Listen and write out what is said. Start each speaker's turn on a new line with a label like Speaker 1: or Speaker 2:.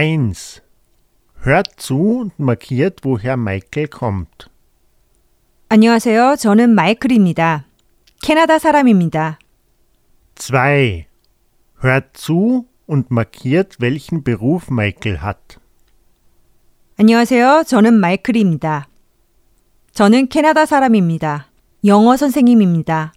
Speaker 1: 1. Hört zu und markiert, woher Michael kommt.
Speaker 2: 안녕하세요. 저는 마이클입니다. 캐나다 사람입니다.
Speaker 1: 2. Hört zu und markiert, welchen Beruf Michael hat.
Speaker 2: 안녕하세요. 저는 마이클입니다. 저는 캐나다 사람입니다. 영어 선생님입니다.